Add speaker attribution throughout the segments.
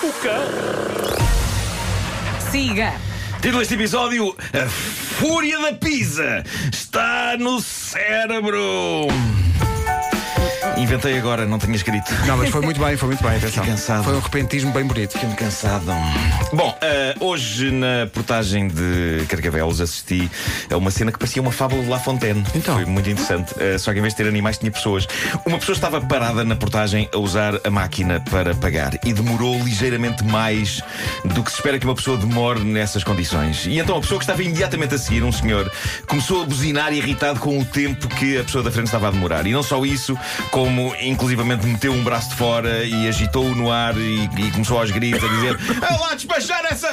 Speaker 1: boca!
Speaker 2: Siga.
Speaker 1: Título deste episódio: A Fúria da Pisa está no cérebro. Inventei agora, não tinha escrito.
Speaker 3: Não, mas foi muito bem, foi muito bem, atenção.
Speaker 1: Fiquei cansado.
Speaker 3: Foi um repentismo bem bonito.
Speaker 1: Fiquei-me cansado. Bom, eh, hoje na portagem de Carcavelos assisti a uma cena que parecia uma fábula de La Fontaine.
Speaker 3: Então.
Speaker 1: Foi muito interessante. Eh, só que em vez de ter animais, tinha pessoas. Uma pessoa estava parada na portagem a usar a máquina para pagar e demorou ligeiramente mais do que se espera que uma pessoa demore nessas condições. E então a pessoa que estava imediatamente a seguir, um senhor, começou a buzinar irritado com o tempo que a pessoa da frente estava a demorar. E não só isso, como inclusivamente meteu um braço de fora e agitou-o no ar e, e começou aos gritos a dizer: Ah lá, despachar essa.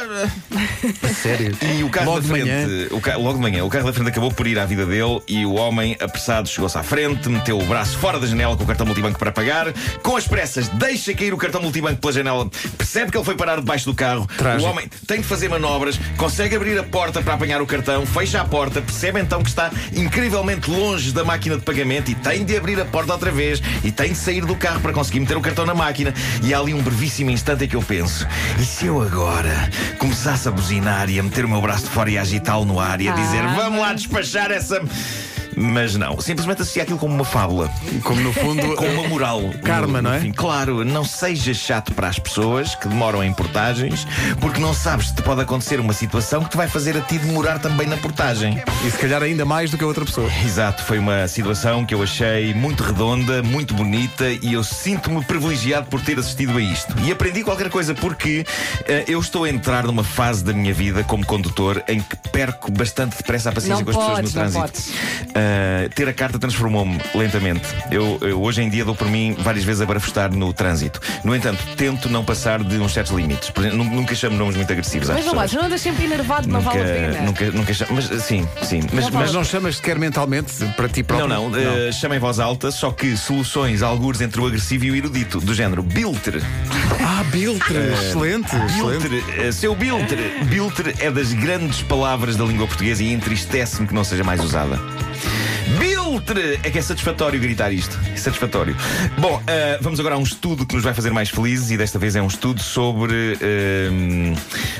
Speaker 3: Sério?
Speaker 1: E o carro
Speaker 3: Logo
Speaker 1: da
Speaker 3: de
Speaker 1: frente,
Speaker 3: manhã.
Speaker 1: o ca- logo de manhã, o carro da frente acabou por ir à vida dele e o homem, apressado, chegou-se à frente, meteu o braço fora da janela com o cartão multibanco para pagar, com as pressas, deixa cair o cartão multibanco pela janela, percebe que ele foi parar debaixo do carro.
Speaker 3: Trágico.
Speaker 1: O homem tem de fazer manobras, consegue abrir a porta para apanhar o cartão, fecha a porta, percebe então que está incrivelmente longe da máquina de pagamento e tem de abrir a porta outra vez e tem de sair do carro para conseguir meter o cartão na máquina. E há ali um brevíssimo instante em que eu penso: e se eu agora começasse a buzinar e a meter o meu braço de fora e a agitá-lo no ar e a dizer
Speaker 2: Ah.
Speaker 1: vamos lá despachar essa. Mas não, simplesmente associar aquilo como uma fábula
Speaker 3: Como no fundo.
Speaker 1: É com uma moral.
Speaker 3: Karma,
Speaker 1: No- no
Speaker 3: não é?
Speaker 1: fim. Claro, não seja chato para as pessoas que demoram em portagens, porque não sabes se te pode acontecer uma situação que te vai fazer a ti demorar também na portagem.
Speaker 3: E se calhar ainda mais do que a outra pessoa.
Speaker 1: Exato, foi uma situação que eu achei muito redonda, muito bonita e eu sinto-me privilegiado por ter assistido a isto. E aprendi qualquer coisa porque eh, eu estou a entrar numa fase da minha vida como condutor em que perco bastante depressa a paciência
Speaker 2: Não
Speaker 1: com as
Speaker 2: podes, não
Speaker 1: pessoas no trânsito. Uh, ter a carta transformou-me lentamente. Eu, eu hoje em dia dou por mim várias vezes a barafustar no trânsito. No entanto, tento não passar de uns certos limites. Por exemplo, nu- nunca chamo nomes muito agressivos às
Speaker 2: Mas vamos lá,
Speaker 1: pessoas.
Speaker 2: tu não andas sempre enervado, não
Speaker 1: nunca,
Speaker 2: vale a pena.
Speaker 1: nunca, nunca chamo. Mas sim, sim. Mas,
Speaker 2: Não vale
Speaker 3: Mas
Speaker 1: mas
Speaker 3: não chamas sequer mentalmente para ti próprio?
Speaker 1: não, não, eh, chama em voz alta, só que soluções, algures entre o agressivo e o erudito, do género Biltre.
Speaker 3: Ah, Biltre! Excelente! Excelente!
Speaker 1: Biltre, eh, seu Biltre. Biltre é das grandes palavras da língua portuguesa e entristece-me que não seja mais usada. Biltre! É que é satisfatório gritar isto. É satisfatório. Bom, eh, vamos agora a um estudo que nos vai fazer mais felizes e desta vez é um estudo sobre, eh,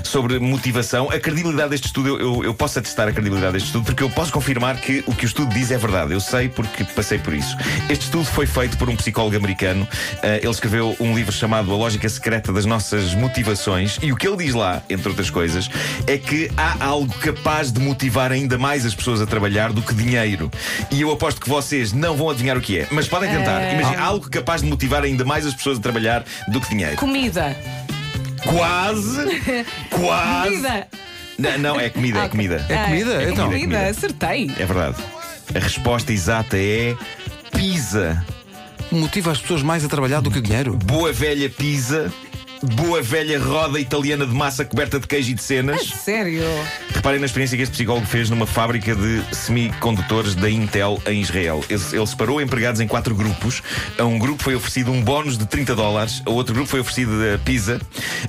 Speaker 1: sobre motivação. A credibilidade deste estudo, eu, eu, eu posso atestar a credibilidade deste estudo porque eu posso confirmar que o que o estudo diz é verdade. Eu sei porque passei por isso. Este estudo foi feito por um psicólogo americano. Eh, ele escreveu um livro chamado A Lógica Secreta das Nossas Motivações e o que ele diz lá, entre outras coisas, é que há algo capaz de motivar ainda mais as pessoas a trabalhar do que dinheiro. E eu aposto que vocês não vão adivinhar o que é, mas podem tentar.
Speaker 2: Eh,
Speaker 1: Imagina, algo capaz de motivar ainda mais as pessoas a trabalhar do que dinheiro.
Speaker 2: Comida.
Speaker 1: Quase! Quase!
Speaker 2: Comida.
Speaker 1: Não, não, é comida,
Speaker 2: Ah,
Speaker 1: é
Speaker 2: ok.
Speaker 1: comida.
Speaker 3: É comida?
Speaker 2: É
Speaker 3: Então.
Speaker 2: comida, acertei.
Speaker 1: É verdade. A resposta exata é pizza.
Speaker 3: Motiva as pessoas mais a trabalhar do que o dinheiro?
Speaker 1: Boa velha pizza. Boa velha roda italiana de massa coberta de queijo e de cenas.
Speaker 2: Sério?
Speaker 1: Reparem na experiência que este psicólogo fez numa fábrica de semicondutores da Intel em Israel. Ele, ele separou empregados em quatro grupos. A um grupo foi oferecido um bónus de 30 dólares, a outro grupo foi oferecido a pizza,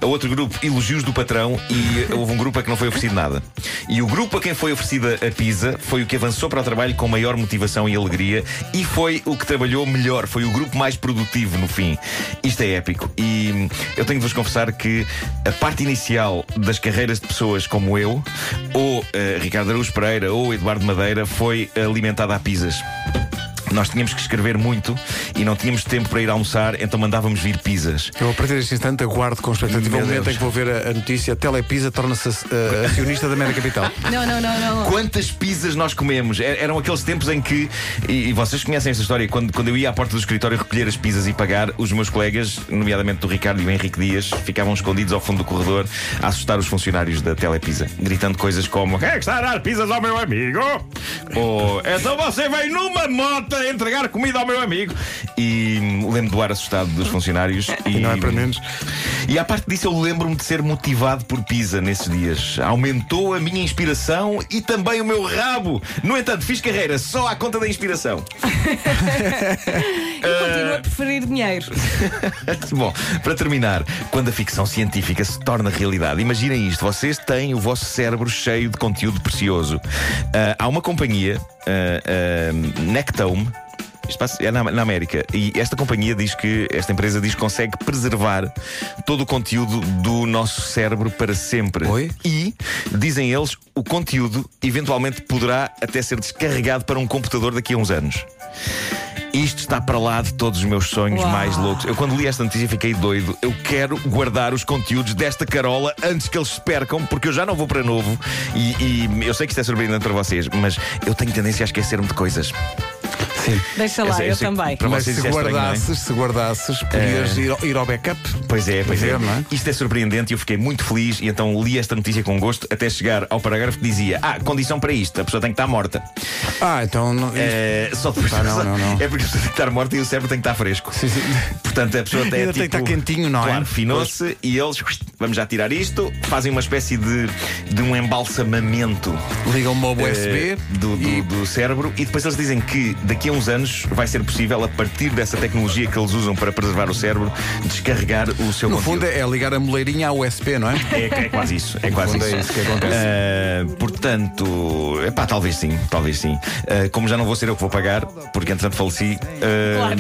Speaker 1: a outro grupo elogios do patrão e houve um grupo a que não foi oferecido nada. E o grupo a quem foi oferecida a pizza foi o que avançou para o trabalho com maior motivação e alegria e foi o que trabalhou melhor, foi o grupo mais produtivo no fim. Isto é épico e hum, eu tenho de vos confessar que a parte inicial das carreiras de pessoas como eu, ou eh, Ricardo Araújo Pereira ou Eduardo Madeira, foi alimentada a pizzas. Nós tínhamos que escrever muito e não tínhamos tempo para ir almoçar, então mandávamos vir pizzas.
Speaker 3: Eu, a partir deste instante, aguardo com expectativa o
Speaker 1: Meu
Speaker 3: momento
Speaker 1: Deus.
Speaker 3: em que vou ver a, a notícia. Telepisa torna-se eh, acionista da Mera Capital.
Speaker 2: Não, não, não, não.
Speaker 1: Quantas pizzas nós comemos? E- Eram aqueles tempos em que, e, e vocês conhecem esta história, quando, quando eu ia à porta do escritório recolher as pizzas e pagar, os meus colegas, nomeadamente o Ricardo e o Henrique Dias, ficavam escondidos ao fundo do corredor a assustar os funcionários da Telepisa, gritando coisas como: Quem é que está a dar pizzas ao meu amigo? Ou então você vem numa moto entregar comida ao meu amigo. E hum, lembro do ar assustado dos funcionários. E,
Speaker 3: não é para menos.
Speaker 1: e à parte disso, eu lembro-me de ser motivado por Pisa nesses dias. Aumentou a minha inspiração e também o meu rabo. No entanto, fiz carreira só à conta da inspiração.
Speaker 2: E continua a preferir dinheiro.
Speaker 1: Bom, para terminar, quando a ficção científica se torna realidade, imaginem isto: vocês têm o vosso cérebro cheio de conteúdo precioso. Ah, há uma companhia, ah, ah, Nectome. Isto passa- é na, na América. E esta companhia diz que, esta empresa diz que consegue preservar todo o conteúdo do nosso cérebro para sempre.
Speaker 3: Oi?
Speaker 1: E, dizem eles, o conteúdo eventualmente poderá até ser descarregado para um computador daqui a uns anos. Isto está para lá de todos os meus sonhos
Speaker 2: Uau.
Speaker 1: mais loucos. Eu, quando li esta notícia, fiquei doido. Eu quero guardar os conteúdos desta Carola antes que eles se percam, porque eu já não vou para novo. E, e eu sei que isto é surpreendente para vocês, mas eu tenho tendência a esquecer-me de coisas.
Speaker 3: Sim.
Speaker 2: Deixa lá,
Speaker 1: Eu
Speaker 2: eu,
Speaker 1: sei- eu sei que
Speaker 2: também.
Speaker 1: para
Speaker 3: Mas
Speaker 1: vocês isso
Speaker 3: se
Speaker 1: é estranho, não é?
Speaker 3: guardasses, se guardasses, podias ir, ao- ir ao backup.
Speaker 1: Pois é, pois é.
Speaker 3: Ver, não é?
Speaker 1: Isto é surpreendente e eu fiquei muito feliz e então li esta notícia com gosto até chegar ao parágrafo que dizia: Ah, condição para isto, a pessoa tem que estar morta.
Speaker 3: Ah, então. Não,
Speaker 1: É, só depois
Speaker 3: Pá, não,
Speaker 1: só-
Speaker 3: não, não.
Speaker 1: É porque a pessoa tem que estar morta e o cérebro tem que estar fresco.
Speaker 3: Sim, sim.
Speaker 1: Portanto, a pessoa até tipo,
Speaker 3: Ainda tem que estar quentinho, não é?
Speaker 1: Claro, finou-se e eles, vamos já tirar isto, fazem uma espécie de, de um embalsamamento
Speaker 3: Liga uma
Speaker 1: eh,
Speaker 3: USB
Speaker 1: do, do-
Speaker 3: e-
Speaker 1: do cérebro e depois eles dizem que daqui a uns anos vai ser possível, a partir dessa tecnologia que eles usam para preservar o cérebro, descarregar o seu
Speaker 3: No
Speaker 1: conteúdo.
Speaker 3: fundo é ligar a moleirinha à USB, não é?
Speaker 1: É, é quase isso, é quase
Speaker 3: fundo
Speaker 1: isso.
Speaker 3: é isso que acontece.
Speaker 1: Ah, portanto, epá, talvez sim, talvez sim. Ah, como já não vou ser eu que vou pagar, porque entretanto faleci. ah,
Speaker 2: Claro.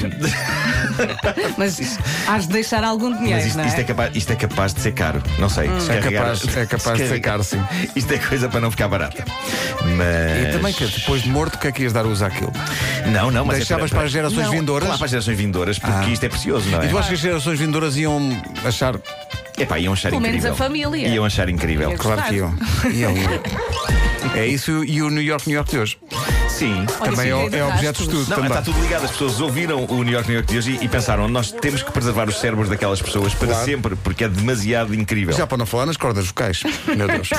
Speaker 2: Mas has de deixar algum dinheiro,
Speaker 1: Mas isto,
Speaker 2: não é?
Speaker 1: isto é capaz, isto é capaz de ser caro, não sei.
Speaker 3: É
Speaker 1: descarregar-
Speaker 3: capaz, é capaz de ser
Speaker 1: descarregar-
Speaker 3: caro, sim.
Speaker 1: Isto é coisa para não ficar barata.
Speaker 3: E
Speaker 1: Mas.
Speaker 3: também que depois de morto, o que é que ias dar uso àquilo?
Speaker 1: Não, não, mas.
Speaker 3: Deixavas para as gerações
Speaker 2: Não,
Speaker 3: vindouras?
Speaker 1: Claro, para as gerações vindouras, porque
Speaker 3: Ah.
Speaker 1: isto é precioso, não é?
Speaker 3: E tu achas que as gerações vindouras iam achar.
Speaker 1: Epá, iam achar
Speaker 2: Pelo menos
Speaker 1: incrível.
Speaker 2: a família.
Speaker 1: Iam achar incrível.
Speaker 2: Eu-
Speaker 3: Claro que iam. Iam. É isso e o New York, New York de hoje.
Speaker 1: Sim.
Speaker 2: Olha,
Speaker 3: também é,
Speaker 2: fiquei de
Speaker 3: é objeto de
Speaker 2: rastros.
Speaker 3: estudo.
Speaker 1: Não,
Speaker 3: também.
Speaker 1: está tudo ligado. As pessoas ouviram o New York, New York de hoje e, e pensaram: nós temos que preservar os cérebros daquelas pessoas para
Speaker 3: Claro.
Speaker 1: sempre, porque é demasiado incrível.
Speaker 3: Já para não falar nas cordas vocais. Meu Deus.